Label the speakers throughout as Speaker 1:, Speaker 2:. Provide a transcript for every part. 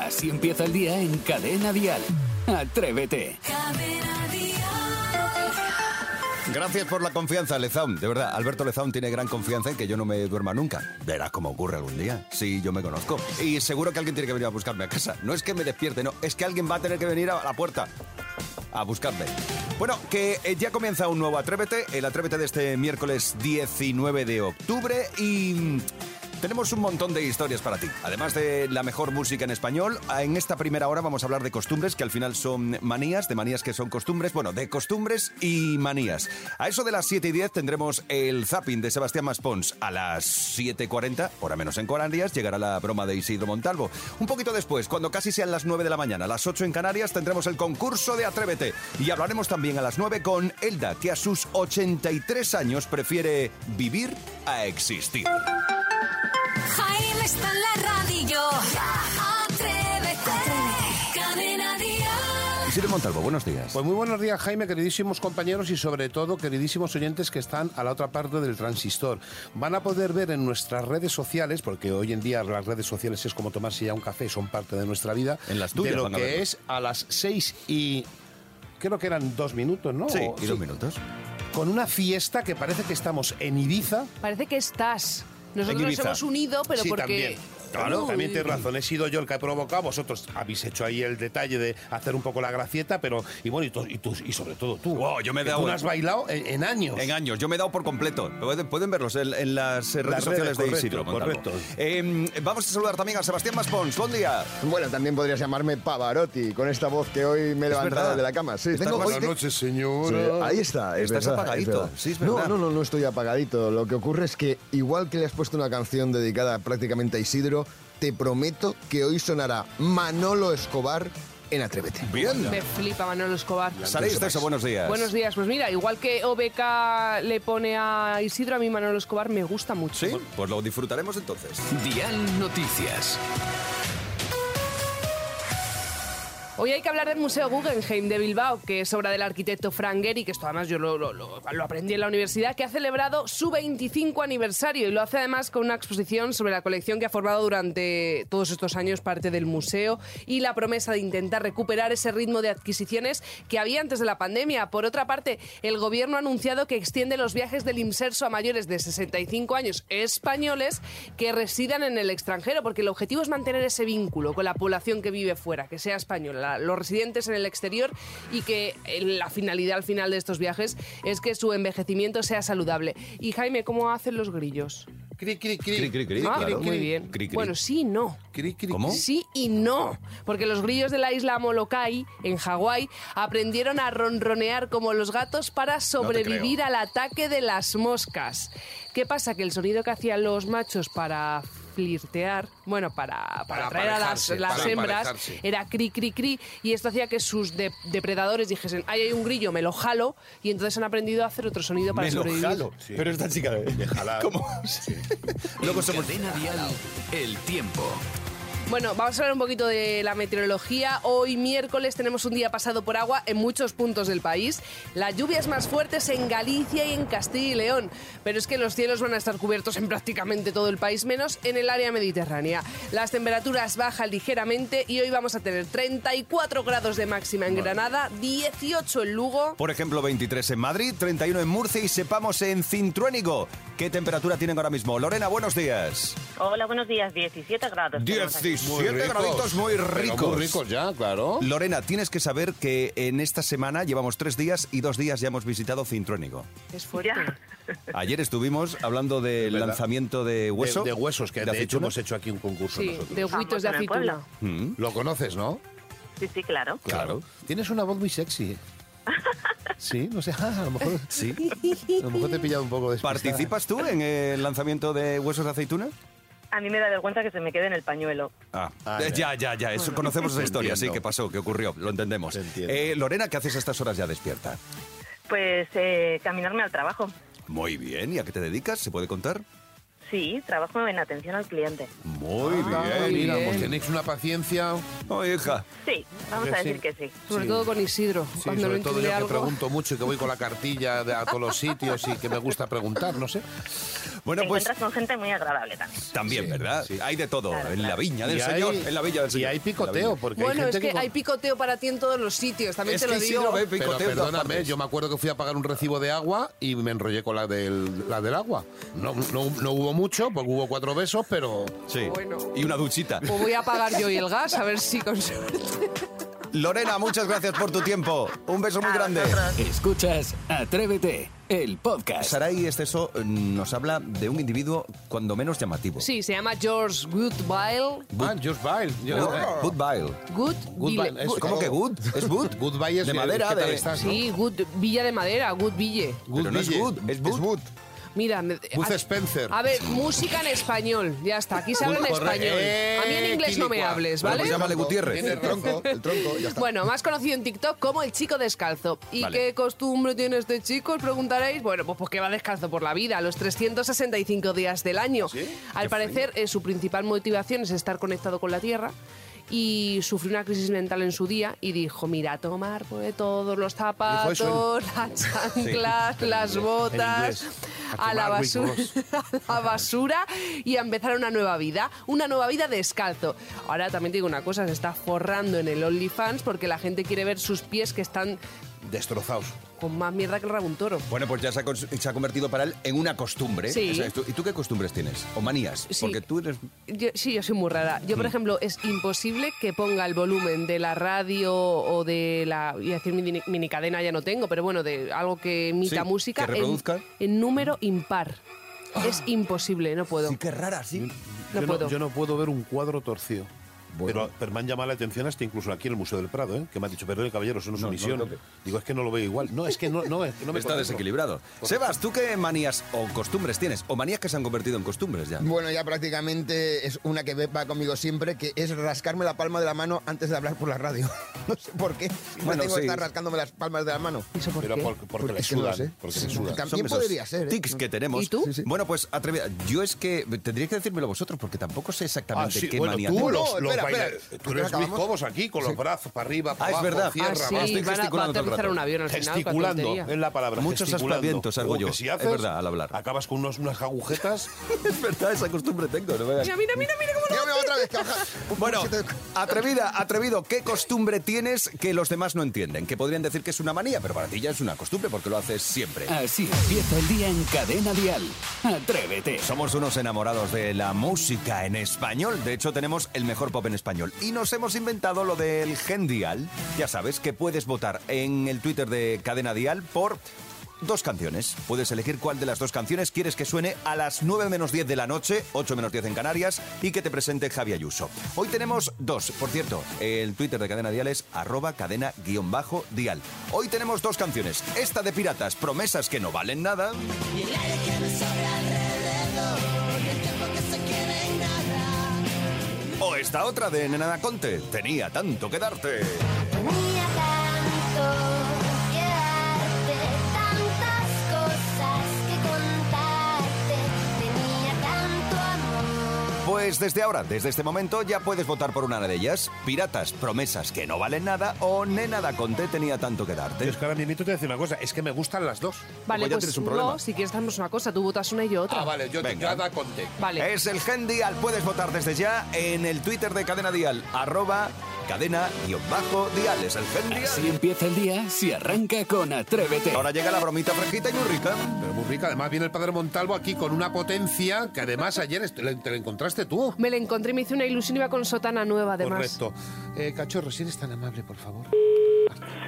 Speaker 1: Así empieza el día en Cadena Dial. Atrévete.
Speaker 2: Gracias por la confianza, Lezaun. De verdad, Alberto Lezaun tiene gran confianza en que yo no me duerma nunca. Verás cómo ocurre algún día. Sí, yo me conozco. Y seguro que alguien tiene que venir a buscarme a casa. No es que me despierte, no. Es que alguien va a tener que venir a la puerta a buscarme. Bueno, que eh, ya comienza un nuevo Atrévete. El Atrévete de este miércoles 19 de octubre. Y... mm, Tenemos un montón de historias para ti. Además de la mejor música en español, en esta primera hora vamos a hablar de costumbres que al final son manías, de manías que son costumbres, bueno, de costumbres y manías. A eso de las 7 y 10 tendremos el zapping de Sebastián Maspons. A las 7.40, hora menos en Canarias, llegará la broma de Isidro Montalvo. Un poquito después, cuando casi sean las 9 de la mañana, a las 8 en Canarias, tendremos el concurso de Atrévete. Y hablaremos también a las 9 con Elda, que a sus 83 años prefiere vivir a existir.
Speaker 3: Jaime está en la radio. Atrévete. Cadena Dial.
Speaker 2: Isidro Montalvo, buenos días.
Speaker 4: Pues muy buenos días, Jaime, queridísimos compañeros y sobre todo queridísimos oyentes que están a la otra parte del transistor. Van a poder ver en nuestras redes sociales, porque hoy en día las redes sociales es como tomarse ya un café, son parte de nuestra vida.
Speaker 2: En las tuyas
Speaker 4: De lo
Speaker 2: van a
Speaker 4: que
Speaker 2: verlo.
Speaker 4: es a las seis y. Creo que eran dos minutos, ¿no?
Speaker 2: Sí,
Speaker 4: O-
Speaker 2: Oh, y dos minutos.
Speaker 4: Con una fiesta que parece que estamos en Ibiza.
Speaker 5: Parece que estás. Nosotros
Speaker 2: En
Speaker 5: nos
Speaker 2: Ibiza.
Speaker 5: hemos unido, pero
Speaker 4: sí,
Speaker 5: porque.
Speaker 4: también. Claro,
Speaker 5: Uy.
Speaker 4: también tienes razón. He sido yo el que he provocado. Vosotros habéis hecho ahí el detalle de hacer un poco la gracieta, pero. Y bueno, y, to- y tú- y sobre todo tú.
Speaker 2: Wow, Oh, yo me he
Speaker 4: que
Speaker 2: dado
Speaker 4: tú no
Speaker 2: el-
Speaker 4: has bailado en, en años.
Speaker 2: En años, yo me he dado por completo. Pueden, pueden verlos en, en las eh, redes
Speaker 4: Las redes,
Speaker 2: sociales de
Speaker 4: correcto,
Speaker 2: Isidro. Montalvo.
Speaker 4: correcto.
Speaker 2: Eh, vamos a saludar también a Sebastián Maspons. Buen día.
Speaker 6: Bueno, también podrías llamarme Pavarotti, con esta voz que hoy me he
Speaker 2: Es
Speaker 6: levantado
Speaker 2: verdad.
Speaker 6: de la cama. Sí,
Speaker 2: Estás
Speaker 6: hoy
Speaker 2: buenas
Speaker 6: te-
Speaker 4: noches,
Speaker 6: Sí,
Speaker 4: señora.
Speaker 6: ahí está. es
Speaker 2: Estás
Speaker 6: verdad, es
Speaker 2: apagadito,
Speaker 6: verdad.
Speaker 2: sí, es verdad.
Speaker 6: No, no, no, no estoy apagadito. Lo que ocurre es que, igual que le has puesto una canción dedicada prácticamente a Isidro, te prometo que hoy sonará Manolo Escobar en Atrévete.
Speaker 2: Bien.
Speaker 5: Me flipa Manolo Escobar.
Speaker 2: Salís de eso, buenos días.
Speaker 5: Buenos días. Pues mira, igual que OBK le pone a Isidro, a mí Manolo Escobar me gusta mucho.
Speaker 2: Sí, pues lo disfrutaremos entonces.
Speaker 1: Dial Noticias.
Speaker 5: Hoy hay que hablar del Museo Guggenheim de Bilbao, que es obra del arquitecto Frank Gehry, que esto además yo lo, lo- lo- lo aprendí en la universidad, que ha celebrado su 25 aniversario y lo hace además con una exposición sobre la colección que ha formado durante todos estos años parte del museo y la promesa de intentar recuperar ese ritmo de adquisiciones que había antes de la pandemia. Por otra parte, el gobierno ha anunciado que extiende los viajes del IMSERSO a mayores de 65 años españoles que residan en el extranjero, porque el objetivo es mantener ese vínculo con la población que vive fuera, que sea española, los residentes en el exterior y que eh, la finalidad al final de estos viajes es que su envejecimiento sea saludable. Y Jaime, ¿cómo hacen los grillos?
Speaker 4: Cri, cri, cri.
Speaker 2: Cri, cri, cri,
Speaker 5: Ah,
Speaker 2: claro.
Speaker 5: muy bien.
Speaker 2: Cri, cri.
Speaker 5: Bueno, sí, y no.
Speaker 4: Cri, cri,
Speaker 2: ¿Cómo?
Speaker 5: Sí y no, porque los grillos de la isla Molokai, en Hawái, aprendieron a ronronear como los gatos para sobrevivir
Speaker 2: creo.
Speaker 5: al ataque de las moscas. ¿Qué pasa? Que el sonido que hacían los machos para flirtear, bueno, para,
Speaker 4: Para
Speaker 5: para atraer a las,
Speaker 4: aparejarse,
Speaker 5: las
Speaker 4: para
Speaker 5: hembras,
Speaker 4: aparejarse.
Speaker 5: era cri, cri, cri, y esto hacía que sus de- depredadores dijesen, ahí hay un grillo, me lo jalo, y entonces han aprendido a hacer otro sonido para
Speaker 2: Me lo
Speaker 5: sobrevivir.
Speaker 2: jalo. Pero esta chica de,
Speaker 4: jalar.
Speaker 2: ¿Cómo? Luego
Speaker 1: En
Speaker 2: somos...
Speaker 1: Cadena Dial, el tiempo.
Speaker 5: Bueno, vamos a hablar un poquito de la meteorología. Hoy miércoles tenemos un día pasado por agua en muchos puntos del país. Las lluvias más fuertes en Galicia y en Castilla y León, pero es que los cielos van a estar cubiertos en prácticamente todo el país, menos en el área mediterránea. Las temperaturas bajan ligeramente y hoy vamos a tener 34 grados de máxima en Granada, 18 en Lugo.
Speaker 2: Por ejemplo, 23 en Madrid, 31 en Murcia y sepamos en Cintruénigo. ¿Qué temperatura tienen ahora mismo? Lorena, buenos días.
Speaker 7: Hola, buenos días. 17 grados. tenemos aquí.
Speaker 2: 17
Speaker 4: ricos.
Speaker 2: graditos muy
Speaker 4: Pero
Speaker 2: ricos.
Speaker 4: Muy ricos ya,
Speaker 1: Oh.
Speaker 4: claro.
Speaker 2: Lorena, tienes que saber que en esta semana llevamos tres días y dos días ya hemos visitado Cintruénigo.
Speaker 5: Es fuerte.
Speaker 7: Pues Ya.
Speaker 2: Ayer estuvimos hablando del
Speaker 4: ¿Verdad?
Speaker 2: lanzamiento de hueso.
Speaker 4: De, de huesos, que de, hecho
Speaker 2: aceituna.
Speaker 4: hemos hecho aquí un concurso
Speaker 5: Sí,
Speaker 4: nosotros.
Speaker 5: de
Speaker 7: Vamos
Speaker 5: huitos de
Speaker 7: con el
Speaker 5: aceituna.
Speaker 7: pueblo.
Speaker 2: Mm,
Speaker 4: Lo conoces, ¿no?
Speaker 7: Sí, sí, claro.
Speaker 2: Claro.
Speaker 4: Tienes una voz muy sexy. ¿eh? Sí, no sé, ah, a lo mejor,
Speaker 2: Sí.
Speaker 4: a lo mejor te he pillado un poco de
Speaker 2: ¿Participas tú en el lanzamiento de huesos de aceituna?
Speaker 7: A mí me da vergüenza que se me quede en el pañuelo.
Speaker 2: Ah,
Speaker 4: Ah,
Speaker 2: eh, ya, ya, ya. Eso, conocemos esa historia, sí,
Speaker 4: Entiendo.
Speaker 2: qué pasó, qué ocurrió, lo entendemos.
Speaker 4: Te entiendo.
Speaker 2: Eh, Lorena, ¿qué haces a estas horas ya despierta?
Speaker 7: Pues eh, caminarme al trabajo.
Speaker 2: Muy bien, ¿y a qué te dedicas? ¿Se puede contar?
Speaker 7: Sí, trabajo en atención al cliente.
Speaker 2: Muy
Speaker 4: Ah,
Speaker 2: bien.
Speaker 4: mira,
Speaker 5: bien.
Speaker 4: pues tenéis una paciencia.
Speaker 2: Oh, hija.
Speaker 7: Sí, vamos
Speaker 4: Que
Speaker 2: Pues
Speaker 7: a
Speaker 4: sí.
Speaker 7: decir que sí.
Speaker 5: Sobre
Speaker 4: Sí.
Speaker 5: todo con Isidro.
Speaker 4: Sí,
Speaker 5: cuando
Speaker 4: sobre
Speaker 5: no
Speaker 4: todo yo
Speaker 5: entiende
Speaker 4: que
Speaker 5: algo.
Speaker 4: pregunto mucho y que voy con la cartilla de, a todos los sitios y que me gusta preguntar, no sé.
Speaker 2: Bueno,
Speaker 7: te
Speaker 2: pues-
Speaker 7: encuentras con gente muy agradable también.
Speaker 2: También, ¿verdad? Hay de todo.
Speaker 7: Claro,
Speaker 2: en la
Speaker 7: claro.
Speaker 2: viña del
Speaker 4: Y
Speaker 2: señor.
Speaker 4: hay-
Speaker 2: en la viña del
Speaker 4: y
Speaker 2: señor.
Speaker 4: hay
Speaker 2: en la
Speaker 4: picoteo,
Speaker 2: viña.
Speaker 4: porque
Speaker 5: Bueno,
Speaker 4: hay
Speaker 5: es
Speaker 4: gente
Speaker 5: que
Speaker 4: que...
Speaker 5: hay picoteo para ti en todos los sitios, también
Speaker 2: Es
Speaker 5: te lo
Speaker 2: que
Speaker 5: digo.
Speaker 2: Isidro ve
Speaker 4: Pero
Speaker 2: picoteo en todas
Speaker 4: perdóname,
Speaker 2: partes.
Speaker 4: yo me acuerdo que fui a pagar un recibo de agua y me enrollé con la del, la del agua. No, no, no hubo mucho, porque hubo cuatro besos, pero...
Speaker 2: Sí.
Speaker 5: Bueno.
Speaker 2: Y una duchita.
Speaker 5: Pues voy a pagar yo y el gas, a ver si con suerte.
Speaker 2: Lorena, muchas gracias por tu tiempo. Un beso
Speaker 7: Ah,
Speaker 2: muy grande.
Speaker 1: Escuchas Atrévete, el podcast.
Speaker 2: Saray Esteso eh, nos habla de un individuo cuando menos llamativo.
Speaker 5: Sí, se llama George Goodbye.
Speaker 4: Ah, Just Bile. Yo-
Speaker 2: Good, good Bile.
Speaker 5: Good,
Speaker 4: Goodbye,
Speaker 5: Ville-
Speaker 4: es-
Speaker 5: Good-
Speaker 2: ¿Cómo que good? Eh, ¿Es good?
Speaker 4: Goodbye es
Speaker 2: de
Speaker 4: el-
Speaker 2: madera,
Speaker 4: ¿qué tal
Speaker 2: de...
Speaker 4: estás, no?
Speaker 5: Sí, Good Villa de Madera, Good Ville.
Speaker 4: Good
Speaker 2: Pero no es
Speaker 4: Ville.
Speaker 2: good, es good.
Speaker 5: Mira, me-
Speaker 4: Bud
Speaker 6: Ah,
Speaker 5: a-
Speaker 4: Spencer.
Speaker 5: A ver, música en español, ya está. Aquí se habla en
Speaker 4: Corre-
Speaker 5: español.
Speaker 4: eh,
Speaker 5: A mí en inglés no me
Speaker 4: quilicua.
Speaker 5: hables,
Speaker 2: Bueno,
Speaker 5: ¿vale?
Speaker 2: pues llámale Gutiérrez.
Speaker 6: Tiene el tronco, el tronco, ya está.
Speaker 5: Bueno, más conocido en TikTok como el chico descalzo. ¿Y
Speaker 2: Vale.
Speaker 5: qué costumbre tiene este chico? Os preguntaréis. Bueno, pues porque va descalzo por la vida, los 365 días del año. Al parecer, eh, su principal motivación es estar conectado con la Tierra. Y sufrió una crisis mental en su día y dijo, mira, a tomar pues, todos los zapatos,
Speaker 4: eso
Speaker 5: las chanclas,
Speaker 2: pero en
Speaker 5: las
Speaker 2: inglés,
Speaker 5: botas,
Speaker 4: en inglés.
Speaker 5: a,
Speaker 4: A
Speaker 5: la
Speaker 4: tomar
Speaker 5: basura,
Speaker 4: Wicklows.
Speaker 5: a la basura y a empezar una nueva vida, una nueva vida descalzo. Ahora también te digo una cosa, se está forrando en el OnlyFans porque la gente quiere ver sus pies que están
Speaker 4: Destrozados.
Speaker 5: con más mierda que el rabo de un toro.
Speaker 2: Bueno, pues ya se ha, cons- se ha convertido para él en una costumbre.
Speaker 5: Sí.
Speaker 2: O sea, ¿tú- ¿Y tú qué costumbres tienes? ¿O manías?
Speaker 5: Sí.
Speaker 2: Porque tú eres...
Speaker 5: Yo- sí, yo soy muy rara. Yo, por ejemplo, es imposible que ponga el volumen de la radio o de la. Iba a decir mini, mini cadena, ya no tengo, pero bueno, de algo que imita
Speaker 2: Sí,
Speaker 5: música.
Speaker 2: que
Speaker 5: en-
Speaker 2: reproduzca.
Speaker 5: En, número impar. Es imposible, no puedo.
Speaker 2: Sí, qué rara, sí.
Speaker 5: No
Speaker 4: yo,
Speaker 5: puedo.
Speaker 4: No, yo no puedo ver un cuadro torcido. Pero, pero me han llamado la atención hasta incluso aquí en el Museo del Prado, ¿eh? que me han dicho, perdón, caballero, eso no es
Speaker 2: No, no
Speaker 4: su misión.
Speaker 2: lo toque.
Speaker 4: Digo, es que no lo veo igual. No, es que no, no, es que no me
Speaker 2: Está
Speaker 4: concentro.
Speaker 2: desequilibrado. Sebas, ¿tú qué manías o costumbres tienes? ¿O manías que se han convertido en costumbres ya?
Speaker 6: Bueno, ya prácticamente es una que va conmigo siempre, que es rascarme la palma de la mano antes de hablar por la radio. No sé por qué. Siempre
Speaker 2: Bueno,
Speaker 6: tengo que
Speaker 2: sí.
Speaker 6: estar rascándome las palmas de la mano.
Speaker 5: ¿Eso por
Speaker 4: Pero
Speaker 5: qué?
Speaker 4: por- porque, le
Speaker 6: es que no lo
Speaker 4: sudan.
Speaker 6: sé.
Speaker 4: Porque le sudan.
Speaker 2: Son
Speaker 6: También
Speaker 2: esos
Speaker 6: podría ser. ¿eh?
Speaker 2: Tics que tenemos.
Speaker 5: ¿Y tú?
Speaker 6: Sí, sí.
Speaker 2: Bueno, pues atrevida. Yo es que tendría que decírmelo vosotros porque tampoco sé exactamente
Speaker 4: Ah, sí,
Speaker 2: qué
Speaker 4: bueno,
Speaker 2: manía
Speaker 4: tú,
Speaker 2: tengo.
Speaker 4: los,
Speaker 6: No,
Speaker 4: los
Speaker 6: espera,
Speaker 4: baila-
Speaker 6: espera.
Speaker 4: tú eres Luis
Speaker 6: Acabamos.
Speaker 4: Cobos aquí, con los brazos para arriba, para
Speaker 2: Ah, es
Speaker 4: abajo,
Speaker 2: verdad.
Speaker 5: Ah,
Speaker 4: cierra,
Speaker 5: sí,
Speaker 2: va,
Speaker 4: abajo.
Speaker 2: estoy
Speaker 5: van a- va a
Speaker 2: gesticulando todo el
Speaker 5: aterrizar
Speaker 2: rato.
Speaker 5: un avión al final. cuál
Speaker 4: Gesticulando,
Speaker 5: tontería.
Speaker 4: es la palabra.
Speaker 2: Muchos
Speaker 4: gesticulando.
Speaker 2: aspavientos hago
Speaker 4: Uh,
Speaker 2: yo,
Speaker 4: que si
Speaker 2: es
Speaker 4: haces,
Speaker 2: verdad, al hablar.
Speaker 4: Acabas con unos- unas agujetas.
Speaker 2: Es verdad, esa costumbre tengo. no veas.
Speaker 5: Mira, mira, mira, mira cómo
Speaker 6: Mira, mira, otra vez, que baja.
Speaker 2: Bueno, atrevida, atrevido, ¿qué costumbre tienes que los demás no entienden? Que podrían decir que es una manía, pero para ti ya es una costumbre porque lo haces siempre.
Speaker 1: Así empieza el día en cadena dial. Atrévete.
Speaker 2: Somos unos enamorados de la música en español. De hecho, tenemos el mejor pop en español. Y nos hemos inventado lo del Gen Dial. Ya sabes que puedes votar en el Twitter de Cadena Dial por dos canciones. Puedes elegir cuál de las dos canciones quieres que suene a las 9 menos 10 de la noche, 8 menos 10 en Canarias, y que te presente Javi Ayuso. Hoy tenemos dos. Por cierto, el Twitter de Cadena Dial es arroba cadena-dial. Hoy tenemos dos canciones. Esta de Piratas, Promesas que no valen nada. O esta otra de Nenana Conte, tenía tanto que darte.
Speaker 8: Tenía tanto que darte, tantas cosas que contarte, tenía tanto amor.
Speaker 2: Pues desde ahora, desde este momento, ya puedes votar por una de ellas. Piratas, promesas que no valen nada o Nenana Conte, tenía tanto que
Speaker 4: Yo
Speaker 2: darte.
Speaker 4: es que ahora mismo te voy a decir una cosa, es que me gustan las dos.
Speaker 5: Vale,
Speaker 2: Como ya
Speaker 5: pues
Speaker 2: tienes un problema.
Speaker 5: no, si quieres hacemos una cosa, tú votas una y yo otra.
Speaker 4: Ah, vale, yo,
Speaker 2: Venga.
Speaker 4: yo ahora conté.
Speaker 5: Vale.
Speaker 2: Es el Gen Dial, puedes votar desde ya en el Twitter de Cadena Dial, arroba cadena-dial, es el Gen
Speaker 1: Así
Speaker 2: Dial.
Speaker 1: empieza el día si arranca con Atrévete.
Speaker 2: Ahora llega la bromita fresquita y muy rica.
Speaker 4: Pero muy rica, además viene el padre Montalvo aquí con una potencia que además ayer est- le- te la encontraste tú.
Speaker 5: Me la encontré y me hice una ilusión, iba con sotana nueva además.
Speaker 4: Correcto. Eh, cachorro, si eres tan amable, por favor.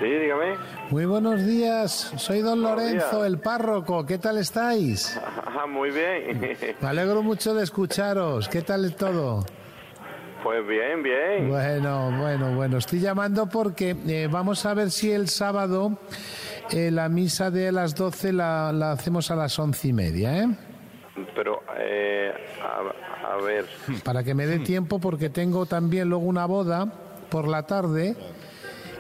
Speaker 9: Sí, dígame.
Speaker 10: Muy buenos días, soy don
Speaker 9: Buenos
Speaker 10: Lorenzo,
Speaker 9: días.
Speaker 10: el párroco. ¿Qué tal estáis?
Speaker 9: Ah, muy bien.
Speaker 10: Me alegro mucho de escucharos. ¿Qué tal es todo?
Speaker 9: Pues bien, bien.
Speaker 10: Bueno, bueno, bueno. Estoy llamando porque eh, vamos a ver si el sábado eh, la misa de las 12 la, la hacemos a las once y media, ¿eh?
Speaker 9: Pero, eh, a, a ver.
Speaker 10: Para que me dé tiempo porque tengo también luego una boda por la tarde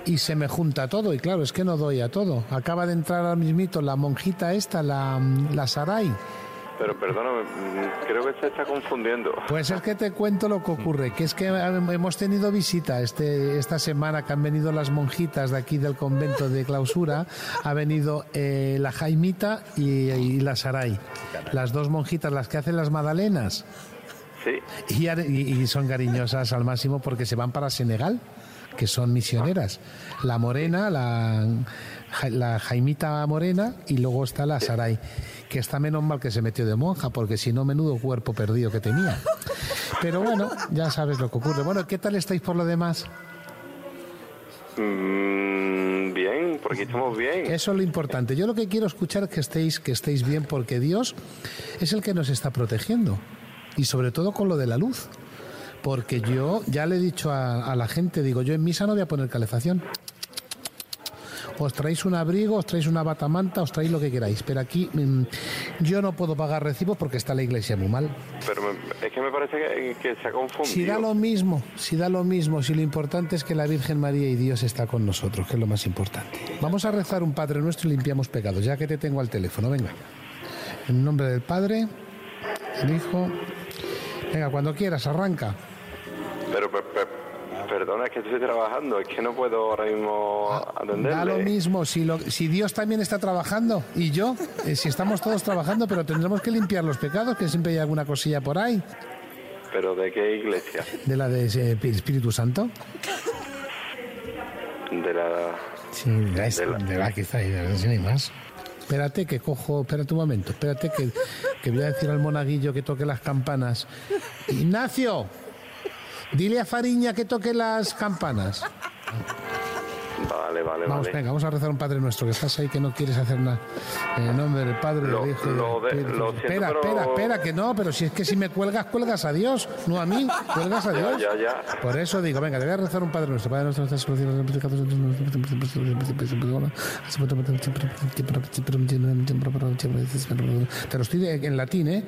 Speaker 10: y se me junta todo. Y claro, es que no doy a todo. Acaba de entrar ahora mismito la monjita esta, la, la Sarai.
Speaker 9: pero perdóname, mm, creo que se está confundiendo.
Speaker 10: Pues es que te cuento lo que ocurre, que es que eh, hemos tenido visita este, esta semana que han venido las monjitas de aquí del convento de clausura, ha venido eh, la Jaimita y, y la Saray, las dos monjitas, las que hacen las magdalenas.
Speaker 9: Sí.
Speaker 10: Y, ar- y- y son cariñosas al máximo porque se van para Senegal, que son misioneras. La Morena, la, Ja- la Jaimita Morena y luego está la Saray, que está menos mal que se metió de monja porque si no, menudo cuerpo perdido que tenía. Pero bueno, ya sabes lo que ocurre. Bueno, ¿qué tal estáis por lo demás?
Speaker 9: Mm, bien, por aquí estamos bien.
Speaker 10: Eso es lo importante. Yo lo que quiero escuchar es que estéis, que estéis bien porque Dios es el que nos está protegiendo. Y sobre todo con lo de la luz. Porque yo ya le he dicho a, a la gente, digo, yo en misa no voy a poner calefacción. Os traéis un abrigo, os traéis una batamanta, os traéis lo que queráis. Pero aquí mm, yo no puedo pagar recibo porque está la iglesia muy mal.
Speaker 9: Pero me- es que me parece que, que se ha
Speaker 10: Si da
Speaker 9: confundido.
Speaker 10: lo mismo, si da lo mismo, si lo importante es que la Virgen María y Dios está con nosotros, que es lo más importante. Vamos a rezar un Padre Nuestro y limpiamos pecados, ya que te tengo al teléfono, venga. En nombre del Padre, del Hijo. Venga, cuando quieras, arranca.
Speaker 9: Pero per- per- perdona, es que estoy trabajando, es que no puedo ahora mismo
Speaker 10: Ah, Da lo
Speaker 9: atenderle.
Speaker 10: mismo, si, lo- si Dios también está trabajando y yo, eh, si estamos todos trabajando, pero tendremos que limpiar los pecados, que siempre hay alguna cosilla por ahí,
Speaker 9: Pero ¿de qué iglesia?
Speaker 10: de la de eh, Espíritu Santo.
Speaker 9: De la...
Speaker 10: Sí, de esta, de la que está ahí, de la- sí, no hay más. Espérate que cojo, espérate un momento, espérate que, que voy a decir al monaguillo que toque las campanas. Ignacio, dile a Fariña que toque las campanas.
Speaker 9: Vale, vale,
Speaker 10: Vamos,
Speaker 9: vale.
Speaker 10: venga, vamos a rezar un Padre Nuestro, que estás ahí, que no quieres hacer nada. En el nombre del Padre,
Speaker 9: Lo-
Speaker 10: del Hijo y del
Speaker 9: lo de-
Speaker 10: Espíritu
Speaker 9: lo
Speaker 10: Santo.
Speaker 9: siento,
Speaker 10: Espera,
Speaker 9: pero-
Speaker 10: espera, espera, que no, pero si es que si me cuelgas, cuelgas a Dios, no a mí, cuelgas a Dios.
Speaker 9: Ya, ya, ya.
Speaker 10: Por eso digo, venga, le voy a rezar un Padre Nuestro. Padre Nuestro, que estás en los cielos, santificado sea tu nombre, te lo estoy en latín, ¿eh?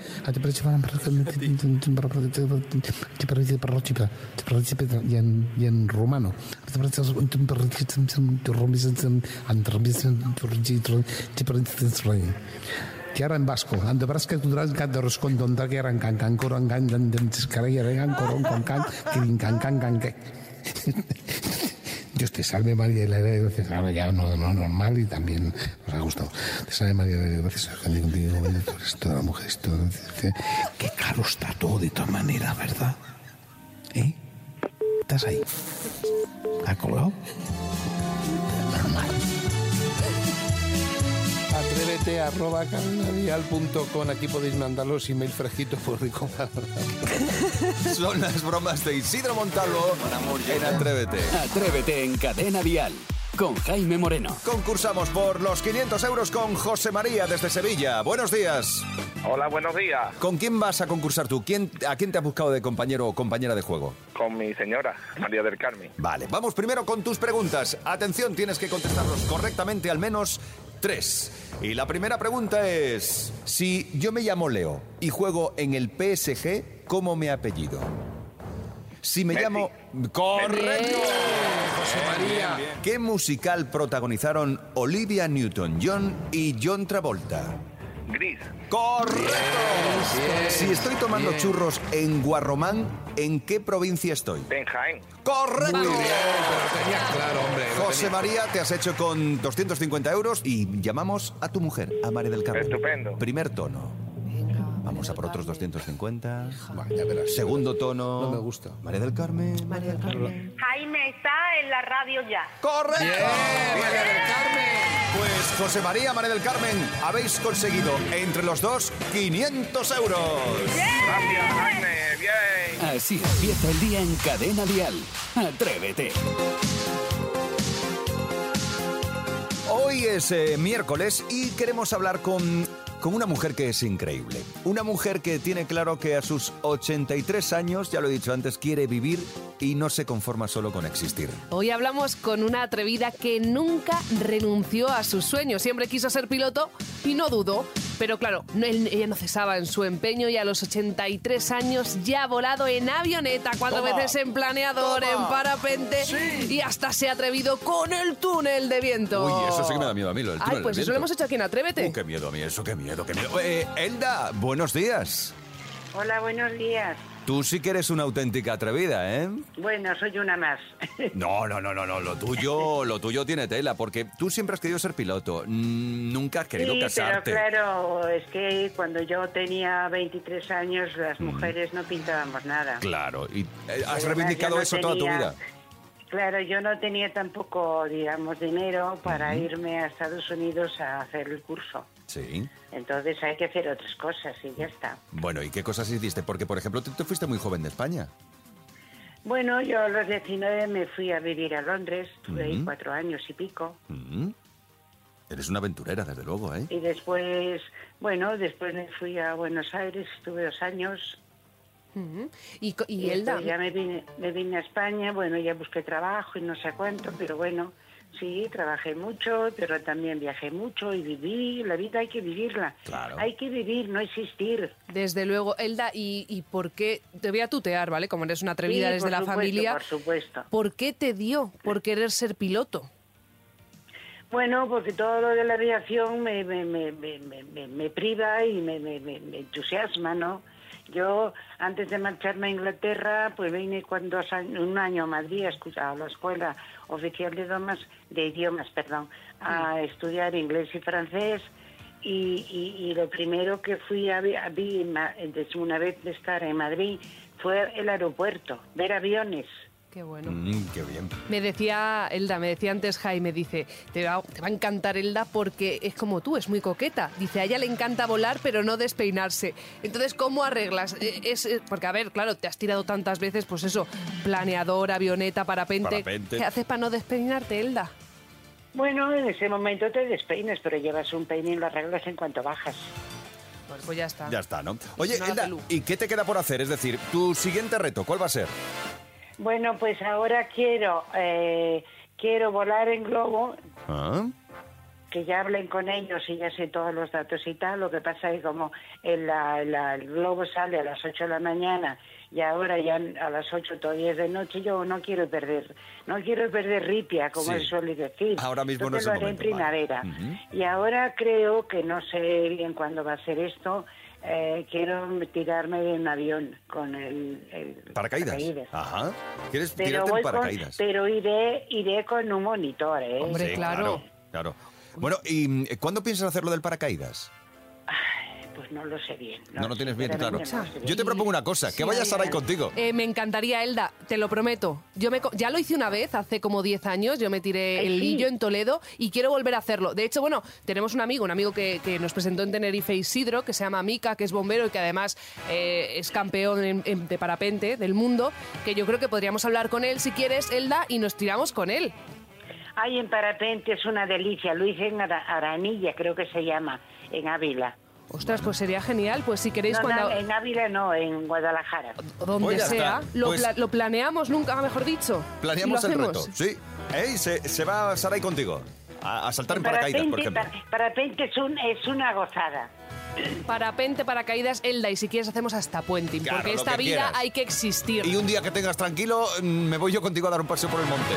Speaker 10: Y en, y en rumano. Que ahora en vasco. Ando que tú tras canto rescondonda que eran can can coran can dan dan descarga eran coron con can kirin can can can que. Dios te salve María, y la de gracias. Ahora ya no, no normal y también nos ha gustado. Te salve María, la de gracias. Señor, contigo, bendito eres toda la mujer. Esto, qué caro está todo de todas maneras, ¿verdad? ¿Eh? ¿Estás ahí? ¿Ha colgado? Normal.
Speaker 4: Atrévete arroba caminadial.com. Aquí podéis mandar los emails fresquitos por rico.
Speaker 2: Son las bromas de Isidro Montalvo en Atrévete.
Speaker 1: Atrévete en Cadena Dial con Jaime Moreno.
Speaker 2: Concursamos por los 500 euros con José María desde Sevilla. Buenos días.
Speaker 11: Hola, buenos días.
Speaker 2: ¿Con quién vas a concursar tú? ¿Quién, ¿A quién te has buscado de compañero o compañera de juego?
Speaker 11: Con mi señora, María del Carmen.
Speaker 2: Vale, vamos primero con tus preguntas. Atención, tienes que contestarlos correctamente al menos tres. Y la primera pregunta es, si yo me llamo Leo y juego en el PSG, ¿cómo me apellido? Si me
Speaker 11: Messi.
Speaker 2: llamo... ¡Correcto! José María. ¿Qué musical protagonizaron Olivia Newton-John y John Travolta?
Speaker 11: Gris,
Speaker 2: ¡Correcto! si estoy tomando churros en Guarromán, ¿en qué provincia estoy?
Speaker 11: en Jaén.
Speaker 2: ¡Correcto!
Speaker 4: claro, hombre.
Speaker 2: José María, te has hecho con 250 euros y llamamos a tu mujer, a Mare del Carmen.
Speaker 11: Estupendo.
Speaker 2: Primer tono. Vamos a por otros 250.
Speaker 4: Bueno, ya verás.
Speaker 2: Segundo tono.
Speaker 4: No me gusta.
Speaker 2: María del Carmen.
Speaker 7: Jaime está en la radio ya.
Speaker 2: ¡Correcto! María del Carmen. Pues José María, María del Carmen, habéis conseguido entre los dos 500 euros.
Speaker 11: Gracias, Jaime. Bien.
Speaker 1: Así empieza el día en Cadena Dial. Atrévete.
Speaker 2: Hoy es eh, miércoles y queremos hablar con, con una mujer que es increíble. Una mujer que tiene claro que a sus 83 años, ya lo he dicho antes, quiere vivir y no se conforma solo con existir.
Speaker 5: Hoy hablamos con una atrevida que nunca renunció a sus sueños. Siempre quiso ser piloto y no dudó. Pero claro, no- él- ella no cesaba en su empeño y a los 83 años ya ha volado en avioneta, cuatro
Speaker 3: Toma.
Speaker 5: veces en planeador,
Speaker 3: Toma.
Speaker 5: en parapente y hasta se ha atrevido con el túnel de viento.
Speaker 2: Uy, eso sí que me da miedo a mí, lo del túnel
Speaker 5: Ay,
Speaker 2: del
Speaker 5: pues eso
Speaker 2: viento.
Speaker 5: lo hemos hecho aquí en Atrévete.
Speaker 2: Uh, qué miedo a mí, eso, qué miedo, qué miedo. Eh, Elda, buenos días.
Speaker 7: Hola, buenos días.
Speaker 2: Tú sí que eres una auténtica atrevida, ¿eh?
Speaker 7: Bueno, soy una más.
Speaker 2: No, no, no, no, no. Lo tuyo, lo tuyo tiene tela, porque tú siempre has querido ser piloto. Mm, Nunca has querido
Speaker 7: sí,
Speaker 2: casarte.
Speaker 7: pero claro, es que cuando yo tenía 23 años las mujeres no pintábamos nada.
Speaker 2: Claro, y eh,
Speaker 7: Además,
Speaker 2: has
Speaker 7: yo
Speaker 2: reivindicado
Speaker 7: no
Speaker 2: eso toda tu
Speaker 7: tenía-
Speaker 2: vida.
Speaker 7: Claro, yo no tenía tampoco, digamos, dinero para
Speaker 2: Ujú.
Speaker 7: irme a Estados Unidos a hacer el curso.
Speaker 2: Sí.
Speaker 7: Entonces hay que hacer otras cosas y ya está.
Speaker 2: Bueno, ¿y qué cosas hiciste? Porque, por ejemplo, tú te fuiste muy joven de España.
Speaker 7: Bueno, yo a los 19 me fui a vivir a Londres, estuve ahí
Speaker 2: Ujú.
Speaker 7: cuatro años y pico.
Speaker 2: Mm. Eres una aventurera, desde luego, ¿eh?
Speaker 7: Y después, bueno, después me fui a Buenos Aires, estuve dos años.
Speaker 5: Y, co- y
Speaker 7: después
Speaker 5: Elda?
Speaker 7: Ya me vine, me vine a España, bueno, ya busqué trabajo y no sé cuánto, pero bueno, sí, trabajé mucho, pero también viajé mucho y viví, la vida hay que vivirla.
Speaker 5: Claro.
Speaker 7: Hay que vivir, no existir.
Speaker 5: Desde luego, Elda, y, y por qué te voy a tutear, ¿vale? Como eres una atrevida
Speaker 7: Sí,
Speaker 5: desde
Speaker 7: por
Speaker 5: la
Speaker 7: supuesto,
Speaker 5: familia.
Speaker 7: Por supuesto.
Speaker 5: ¿Por qué te dio por querer ser piloto?
Speaker 7: Bueno, porque todo lo de la aviación me, me, me, me, me- me- me priva y me, me- me- me entusiasma, ¿no? Yo, antes de marcharme a Inglaterra, pues vine con dos años, un año a Madrid a, escu- a la Escuela Oficial de Idiomas, de idiomas perdón, a estudiar inglés y francés. Y, y- y lo primero que fui a, vi- a vi en Ma- desde una vez de estar en Madrid fue el aeropuerto, ver aviones.
Speaker 5: Qué bueno.
Speaker 2: Mm, qué bien.
Speaker 5: Me decía Elda, me decía antes Jaime, dice, te va, te va a encantar Elda porque es como tú, es muy coqueta. Dice, a ella le encanta volar, pero no despeinarse. Entonces, ¿cómo arreglas? Eh, es, eh, porque, a ver, claro, te has tirado tantas veces, pues eso, planeador, avioneta, parapente.
Speaker 7: Parapente.
Speaker 5: ¿Qué haces para no despeinarte, Elda?
Speaker 7: Bueno, en ese momento te despeinas, pero llevas un peine y lo arreglas en cuanto bajas.
Speaker 5: Pues, ya está.
Speaker 2: Ya está, ¿no? Oye, Elda, ¿y qué te queda por hacer? Es decir, tu siguiente reto, ¿cuál va a ser?
Speaker 7: Bueno, pues ahora quiero eh, quiero volar en globo,
Speaker 2: Ah,
Speaker 7: que ya hablen con ellos y ya sé todos los datos y tal. Lo que pasa es que como el, la- la- el globo sale a las 8 de la mañana y ahora ya a las 8 todavía es de noche, yo no quiero perder, no quiero perder ripia, como
Speaker 2: Sí.
Speaker 7: se suele decir.
Speaker 2: Ahora mismo no es
Speaker 7: Entonces lo
Speaker 2: el
Speaker 7: haré en
Speaker 2: momento, vale.
Speaker 7: primavera. Y ahora creo que no sé bien cuándo va a ser esto. eh, quiero tirarme de un avión con el, el
Speaker 2: Paracaídas.
Speaker 7: paracaídas.
Speaker 2: Ajá. ¿Quieres
Speaker 7: Pero,
Speaker 2: tirarte en
Speaker 7: voy con-
Speaker 2: paracaídas?
Speaker 7: pero iré, iré con un monitor, ¿eh?
Speaker 2: Sí, Claro. Bueno, ¿y mm, cuándo piensas hacer lo del paracaídas?
Speaker 7: Pues no lo sé bien.
Speaker 2: No, no tienes bien, claro.
Speaker 7: sinceramente no lo sé bien.
Speaker 2: Yo te propongo una cosa, que vaya Saray contigo.
Speaker 5: Eh, me encantaría, Elda, te lo prometo. Yo me, co- ya lo hice una vez, hace como 10 años, yo me tiré
Speaker 12: Ay,
Speaker 5: el
Speaker 12: sí.
Speaker 5: lillo en Toledo y quiero volver a hacerlo. De hecho, bueno, tenemos un amigo, un amigo que, que nos presentó en Tenerife Isidro, que se llama Mica, que es bombero y que además eh, es campeón en- en- de parapente del mundo, que yo creo que podríamos hablar con él si quieres, Elda, y nos tiramos con él.
Speaker 7: Ay, en parapente es una delicia. Lo hice en Ara- Aranilla, creo que se llama, en Ávila.
Speaker 5: Ostras, pues sería genial, pues si queréis
Speaker 7: No, eh. no,
Speaker 5: cuando...
Speaker 7: en Ávila no, en Guadalajara.
Speaker 5: donde
Speaker 2: Pues ya
Speaker 5: sea,
Speaker 2: está,
Speaker 5: lo,
Speaker 2: pues-
Speaker 5: pla- lo planeamos nunca, mejor dicho.
Speaker 2: Planeamos
Speaker 5: Y lo
Speaker 2: el reto.
Speaker 5: hacemos.
Speaker 2: Sí. Ey, se, se va Saray contigo. A, a saltar en paracaídas, por
Speaker 7: Parapente,
Speaker 2: ejemplo.
Speaker 7: pa- parapente es, un, es una gozada.
Speaker 5: Parapente, paracaídas, Elda, y si quieres hacemos hasta puenting,
Speaker 2: Claro,
Speaker 5: porque
Speaker 2: lo
Speaker 5: esta
Speaker 2: que
Speaker 5: vida
Speaker 2: quieras.
Speaker 5: hay que existir.
Speaker 2: Y un día que tengas tranquilo, mm, me voy yo contigo a dar un paseo por el monte.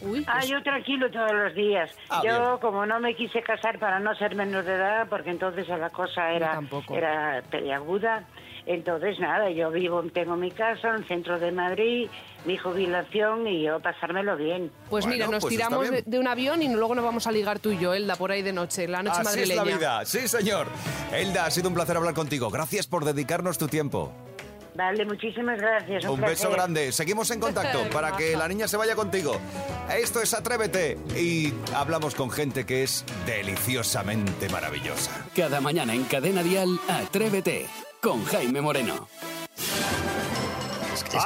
Speaker 5: Pues,
Speaker 7: Ah, yo tranquilo todos los días.
Speaker 2: Ah,
Speaker 7: yo,
Speaker 2: bien.
Speaker 7: como no me quise casar para no ser menor de edad, porque entonces la cosa era, era peliaguda, entonces nada, yo vivo, tengo mi casa en el centro de Madrid, mi jubilación y yo pasármelo bien.
Speaker 5: Pues mira, nos tiramos de, de un avión y luego nos vamos a ligar tú y yo, Elda, por ahí de noche, la noche
Speaker 2: Así
Speaker 5: madrileña.
Speaker 2: es la vida. Sí, señor. Elda, ha sido un placer hablar contigo. Gracias por dedicarnos tu tiempo.
Speaker 7: Vale, muchísimas gracias. Un,
Speaker 2: Un beso
Speaker 7: placer.
Speaker 2: grande. Seguimos en contacto
Speaker 7: Qué
Speaker 2: para que
Speaker 7: maja.
Speaker 2: la niña se vaya contigo. Esto es Atrévete. Y hablamos con gente que es deliciosamente maravillosa.
Speaker 1: Cada mañana en Cadena Dial, Atrévete con Jaime Moreno.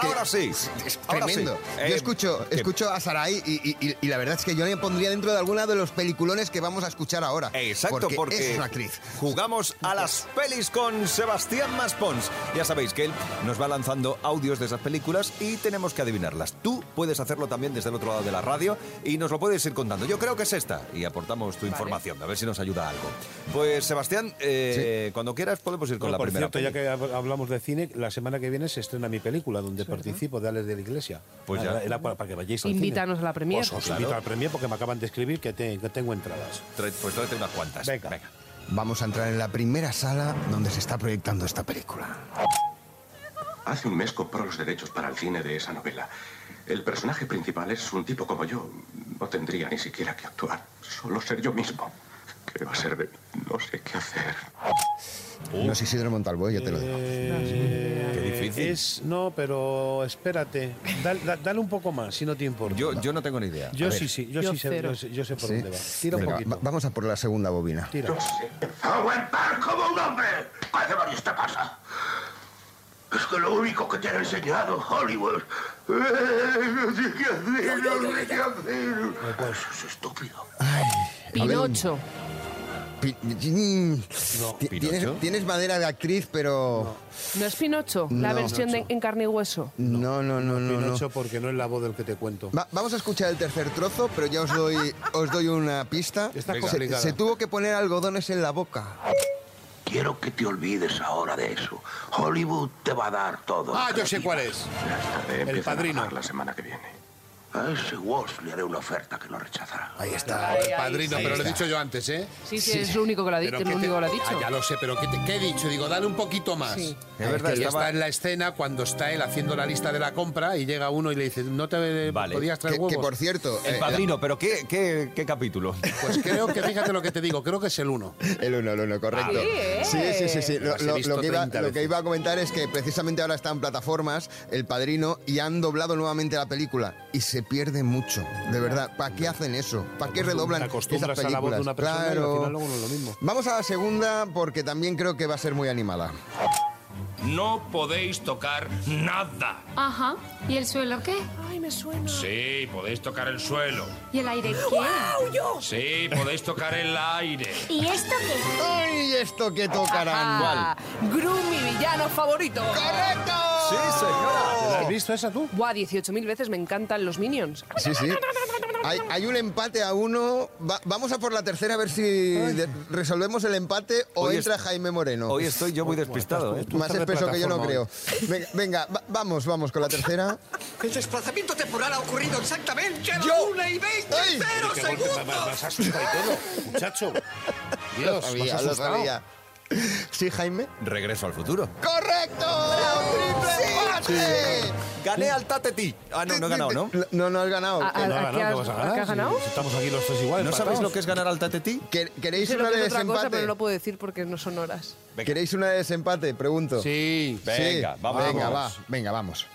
Speaker 2: Ahora sí.
Speaker 6: Es
Speaker 2: Ahora
Speaker 6: tremendo.
Speaker 2: sí.
Speaker 6: Yo
Speaker 2: Eh,
Speaker 6: escucho,
Speaker 2: que-
Speaker 6: escucho a Sarai y, y- y- y la verdad es que yo le pondría dentro de alguna de los peliculones que vamos a escuchar ahora.
Speaker 2: Exacto, porque,
Speaker 6: es una actriz.
Speaker 2: jugamos a las pelis con Sebastián Maspons. Ya sabéis que él nos va lanzando audios de esas películas y tenemos que adivinarlas. Tú puedes hacerlo también desde el otro lado de la radio y nos lo puedes ir contando. Yo creo que es esta y aportamos tu información, a ver si nos ayuda algo. Pues Sebastián, eh, cuando quieras podemos ir con
Speaker 4: Bueno,
Speaker 2: la
Speaker 4: por
Speaker 2: primera.
Speaker 4: cierto,
Speaker 2: peli.
Speaker 4: ya que hab- hablamos de cine, la semana que viene se estrena mi película donde participo de Alex de la Iglesia.
Speaker 2: Pues
Speaker 4: Ah,
Speaker 2: ya.
Speaker 4: la- la- para, que vayáis al cine.
Speaker 5: Invítanos a la premier.
Speaker 4: Pues os
Speaker 2: Claro.
Speaker 4: invito al premier porque me acaban de escribir que, te- que tengo entradas.
Speaker 2: Trae- Pues tráete unas cuantas.
Speaker 4: Venga.
Speaker 6: Vamos a entrar en la primera sala donde se está proyectando esta película.
Speaker 12: Hace un mes compró los derechos para el cine de esa novela. El personaje principal es un tipo como yo. No tendría ni siquiera que actuar. Solo ser yo mismo. ¿Qué va a ser de mí? No sé qué hacer.
Speaker 6: Uh. No es Isidro Montalvo, yo te lo digo.
Speaker 4: Eh, Es, no, pero espérate. Dal- da- dale un poco más, si no te importa.
Speaker 2: Yo, yo no tengo ni idea.
Speaker 4: Yo
Speaker 6: A ver.
Speaker 4: sí, sí, yo,
Speaker 5: Yo
Speaker 4: sí sé,
Speaker 5: cero.
Speaker 4: yo, sé- yo sé por
Speaker 6: ¿Sí?
Speaker 4: dónde va. Tira
Speaker 6: Venga,
Speaker 4: un poquito.
Speaker 6: va- vamos a por la segunda bobina.
Speaker 4: Tira.
Speaker 12: ¡Aguantar como un hombre! ¿Qué demonios te pasa? Es que lo único que te han enseñado Hollywood... Pues No sé qué hacer, no sé qué hacer. Eso es estúpido.
Speaker 5: Pinocho.
Speaker 6: Pi- mm, ti-
Speaker 2: ¿Pinocho?
Speaker 6: tienes, tienes madera de actriz, pero...
Speaker 5: ¿No es Pinocho? La
Speaker 6: No.
Speaker 5: versión de en carne y hueso.
Speaker 6: No, no, no, no. no,
Speaker 4: Pinocho, porque no es la voz del que te cuento.
Speaker 6: Va- vamos a escuchar el tercer trozo, pero ya os doy, os doy una pista.
Speaker 4: Está
Speaker 6: Se-
Speaker 4: complicada.
Speaker 6: se tuvo que poner algodones en la boca.
Speaker 12: Quiero que te olvides ahora de eso. Hollywood te va a dar todo.
Speaker 4: Ah, yo sé cuál es.
Speaker 12: Ya estaré,
Speaker 4: El
Speaker 12: empiezan a
Speaker 4: Padrino.
Speaker 12: pagar La semana que viene. A ese Walsh le haré una oferta que no rechazará.
Speaker 4: Ahí está,
Speaker 5: Ahí,
Speaker 4: el
Speaker 5: ahí,
Speaker 4: padrino,
Speaker 5: sí.
Speaker 4: pero lo he dicho yo antes, ¿eh?
Speaker 5: Sí, sí, es lo único que lo ha dicho.
Speaker 4: Pero ¿qué
Speaker 5: Lo
Speaker 4: te-
Speaker 5: único que lo ha dicho.
Speaker 4: Ah, ya lo sé, pero ¿qué, te- qué he dicho? Digo, dale un poquito más.
Speaker 5: Sí.
Speaker 2: Es verdad,
Speaker 4: que
Speaker 2: estaba-
Speaker 4: está en la escena cuando está él haciendo la lista de la compra y llega uno y le dice, ¿no te
Speaker 2: Vale.
Speaker 4: podías traer
Speaker 6: Que,
Speaker 4: huevos?
Speaker 6: que, por cierto, eh,
Speaker 2: El padrino, pero ¿qué, qué, qué capítulo?
Speaker 4: Pues creo que, fíjate lo que te digo, creo que es el uno.
Speaker 6: el uno, el uno, correcto.
Speaker 5: Ah,
Speaker 6: sí,
Speaker 5: bien.
Speaker 6: sí, sí, sí. Lo,
Speaker 4: Las he
Speaker 6: lo-
Speaker 4: visto
Speaker 6: lo que iba,
Speaker 4: 30
Speaker 6: lo que
Speaker 4: veces.
Speaker 6: iba a comentar es que precisamente ahora está en plataformas El Padrino y han doblado nuevamente la película y se pierde mucho, de verdad. ¿Para qué hacen eso? ¿Para qué
Speaker 4: Te
Speaker 6: redoblan esas
Speaker 4: acostumbras
Speaker 6: películas?
Speaker 4: a la voz de una persona y al
Speaker 6: Claro.
Speaker 4: final luego no es lo mismo.
Speaker 6: Vamos a la segunda porque también creo que va a ser muy animada.
Speaker 13: No podéis tocar nada.
Speaker 3: Ajá. ¿Y el suelo qué?
Speaker 13: Sí, podéis tocar el suelo.
Speaker 3: ¿Y el aire qué?
Speaker 13: Sí, podéis tocar el aire.
Speaker 8: ¿Y esto qué?
Speaker 6: ¡Ay, esto que tocarán!
Speaker 5: Ah, Gru, mi villano favorito.
Speaker 6: ¡Correcto!
Speaker 2: Sí, señora.
Speaker 4: ¿La has visto esa tú?
Speaker 5: Buah, 18.000 veces me encantan los Minions.
Speaker 6: Sí, sí. Hay, hay un empate a uno. Va- vamos a por la tercera a ver si de- resolvemos el empate o
Speaker 2: Hoy es-
Speaker 6: entra Jaime Moreno.
Speaker 2: Hoy estoy yo muy despistado, ¿eh?
Speaker 4: tú
Speaker 6: Más
Speaker 4: estás de
Speaker 6: espeso que yo no creo.
Speaker 4: plataforma
Speaker 6: Venga, venga, va- vamos, vamos con la tercera.
Speaker 14: El desplazamiento temporal ha ocurrido exactamente a la
Speaker 6: Yo-
Speaker 14: una y veinte
Speaker 6: ¡Ay!
Speaker 14: cero
Speaker 4: Qué golpe, me- me- me
Speaker 14: segundos.
Speaker 4: has asustado y todo, muchacho.
Speaker 6: lo
Speaker 4: Dios, me has
Speaker 6: sabía, lo
Speaker 4: asustado.
Speaker 6: sabía. ¿Sí, Jaime?
Speaker 2: Regreso al futuro.
Speaker 6: ¡Correcto! ¡Triple empate!
Speaker 2: Gané al Tateti. Ah, no, no he ganado, ¿no?
Speaker 6: No, no has ganado.
Speaker 5: A- a-
Speaker 4: Que no ha
Speaker 5: ¿a qué
Speaker 4: ganado,
Speaker 5: has-
Speaker 4: que vas a
Speaker 5: a
Speaker 4: ganar.
Speaker 5: qué has
Speaker 4: Si-
Speaker 5: ganado?
Speaker 4: si Estamos aquí los tres igual.
Speaker 2: ¿No sabéis
Speaker 4: empatados.
Speaker 2: lo que es ganar al Tateti?
Speaker 6: ¿Quer- ¿Queréis
Speaker 5: Sé lo
Speaker 6: una
Speaker 5: que
Speaker 6: de
Speaker 5: es otra cosa, pero
Speaker 6: desempate?
Speaker 5: no lo puedo decir porque no son horas.
Speaker 6: ¿Queréis una de desempate? Pregunto.
Speaker 4: Sí.
Speaker 6: Sí.
Speaker 2: Venga, vamos.
Speaker 6: Venga, va, venga, vamos.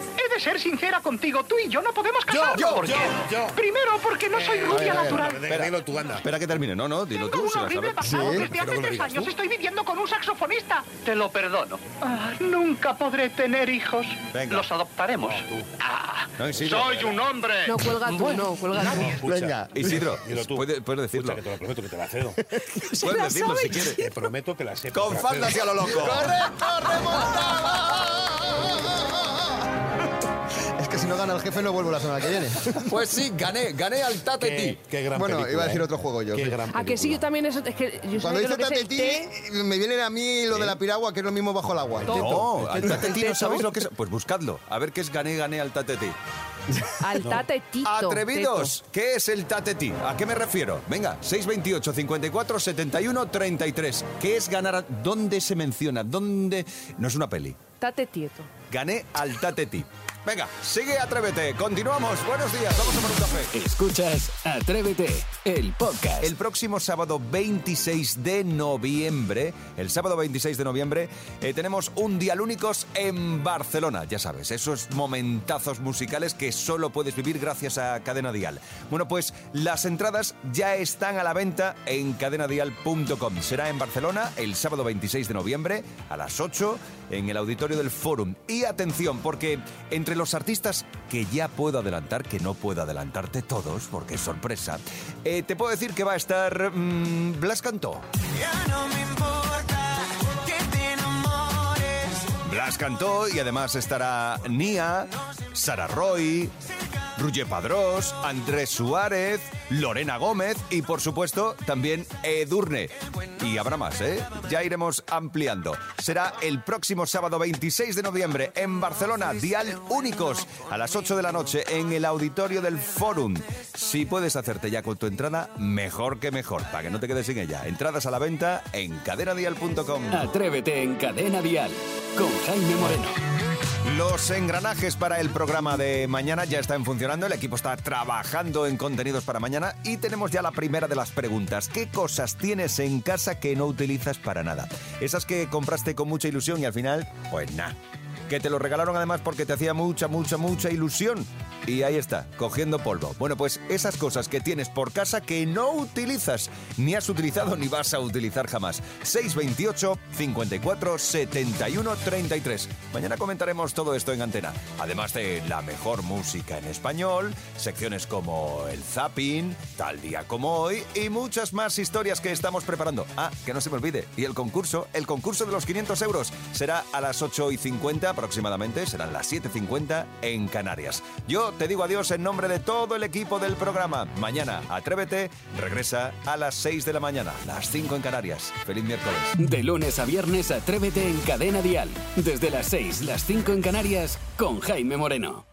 Speaker 14: He de ser sincera contigo, tú y yo no podemos
Speaker 4: Yo,
Speaker 14: casarnos.
Speaker 4: yo,
Speaker 14: ¿Por
Speaker 4: yo,
Speaker 14: qué?
Speaker 4: yo. Eh,
Speaker 14: Primero, porque no
Speaker 2: Eh,
Speaker 14: soy rubia natural.
Speaker 4: Espera, dilo tú, anda.
Speaker 2: Espera que termine. No, no, dilo
Speaker 14: Tengo
Speaker 2: tú.
Speaker 14: un
Speaker 2: Si lo
Speaker 14: horrible
Speaker 2: sabes.
Speaker 14: pasado
Speaker 6: Sí,
Speaker 14: desde
Speaker 4: pero
Speaker 14: hace
Speaker 4: no lo
Speaker 14: tres
Speaker 4: digas
Speaker 14: años.
Speaker 4: tú.
Speaker 14: Estoy viviendo con un saxofonista. Te lo perdono. Ah, nunca podré tener hijos.
Speaker 2: Venga.
Speaker 14: Los adoptaremos. Ah,
Speaker 2: No, Isidro.
Speaker 14: un
Speaker 10: Eh,
Speaker 14: hombre.
Speaker 5: No, cuelga tú, no, cuelga tú.
Speaker 6: Venga.
Speaker 2: Isidro,
Speaker 4: Dilo tú.
Speaker 2: puedes, puedes decirlo.
Speaker 4: Escucha, que te lo prometo que te la cedo.
Speaker 5: Se
Speaker 2: Puedes
Speaker 5: la
Speaker 2: decirlo
Speaker 5: sabe.
Speaker 2: si quieres.
Speaker 4: Pues Te prometo que la sé.
Speaker 2: Con fantasy a lo loco.
Speaker 6: ¡Correcto, remontada! Es que si no gana el jefe no vuelvo la semana que viene.
Speaker 2: Pues sí, gané, gané al
Speaker 4: Qué,
Speaker 2: Tateti.
Speaker 4: qué gran
Speaker 6: Bueno,
Speaker 4: película,
Speaker 6: iba a decir
Speaker 4: ¿eh?
Speaker 6: otro juego yo.
Speaker 4: Qué gran
Speaker 5: A Ah, que sí,
Speaker 4: película.
Speaker 5: yo también eso. Es que yo sabía
Speaker 6: Cuando dice
Speaker 5: lo que es el
Speaker 6: Tateti,
Speaker 5: té.
Speaker 6: me viene a mí lo de la piragua, que es lo mismo bajo el agua.
Speaker 2: No, al Tateti no
Speaker 5: Teto.
Speaker 2: sabéis lo que es. Pues buscadlo. A ver qué es gané, gané al Tateti.
Speaker 5: Al tatetito.
Speaker 2: Atrevidos, ¿qué es el Tateti? ¿A qué me refiero? Venga, 628 54 71 33. ¿Qué es ganar? a- ¿Dónde se menciona? ¿Dónde? No es una peli.
Speaker 5: Tatetieto.
Speaker 2: Gané al Tateti. Venga, sigue Atrévete. Continuamos. Buenos días. Vamos a por un café.
Speaker 1: Escuchas Atrévete, el podcast.
Speaker 2: El próximo sábado 26 de noviembre, el sábado 26 de noviembre, eh, tenemos un Dial Únicos en Barcelona. Ya sabes, esos momentazos musicales que solo puedes vivir gracias a Cadena Dial. Bueno, pues las entradas ya están a la venta en cadenadial.com. Será en Barcelona el sábado 26 de noviembre a las 8 en el auditorio del Fórum. Y atención, porque entre los artistas que ya puedo adelantar, que no puedo adelantarte todos porque es sorpresa, eh, te puedo decir que va a estar mm, Blas Cantó.
Speaker 8: Ya no me importa que te enamores.
Speaker 2: Blas Cantó y además estará Nia, Sara Roy, Ruye Padrós, Andrés Suárez, Lorena Gómez y por supuesto también Edurne. Y habrá más, ¿eh? Ya iremos ampliando. Será el próximo sábado 26 de noviembre en Barcelona, Dial Únicos, a las 8 de la noche en el auditorio del Fórum. Si puedes hacerte ya con tu entrada, mejor que mejor, para que no te quedes sin ella. Entradas a la venta en cadenadial.com.
Speaker 1: Atrévete en Cadena Dial con Jaime Moreno.
Speaker 2: Los engranajes para el programa de mañana ya están funcionando, el equipo está trabajando en contenidos para mañana y tenemos ya la primera de las preguntas. ¿Qué cosas tienes en casa que no utilizas para nada? Esas que compraste con mucha ilusión y al final, pues nada. Que te lo regalaron además porque te hacía mucha, mucha, mucha ilusión. Y ahí está, cogiendo polvo. Bueno, pues esas cosas que tienes por casa que no utilizas, ni has utilizado ni vas a utilizar jamás. 628 54 71 33. Mañana comentaremos todo esto en antena. Además de la mejor música en español, secciones como el zapping, tal día como hoy y muchas más historias que estamos preparando. Ah, que no se me olvide. Y el concurso, el concurso de los 500 euros, será a las 8 y 50 aproximadamente, serán las 7.50 en Canarias. Yo te digo adiós en nombre de todo el equipo del programa. Mañana, atrévete, regresa a las 6 de la mañana, las 5 en Canarias. Feliz miércoles.
Speaker 1: De lunes a viernes, Atrévete en Cadena Dial. Desde las 6, las 5 en Canarias, con Jaime Moreno.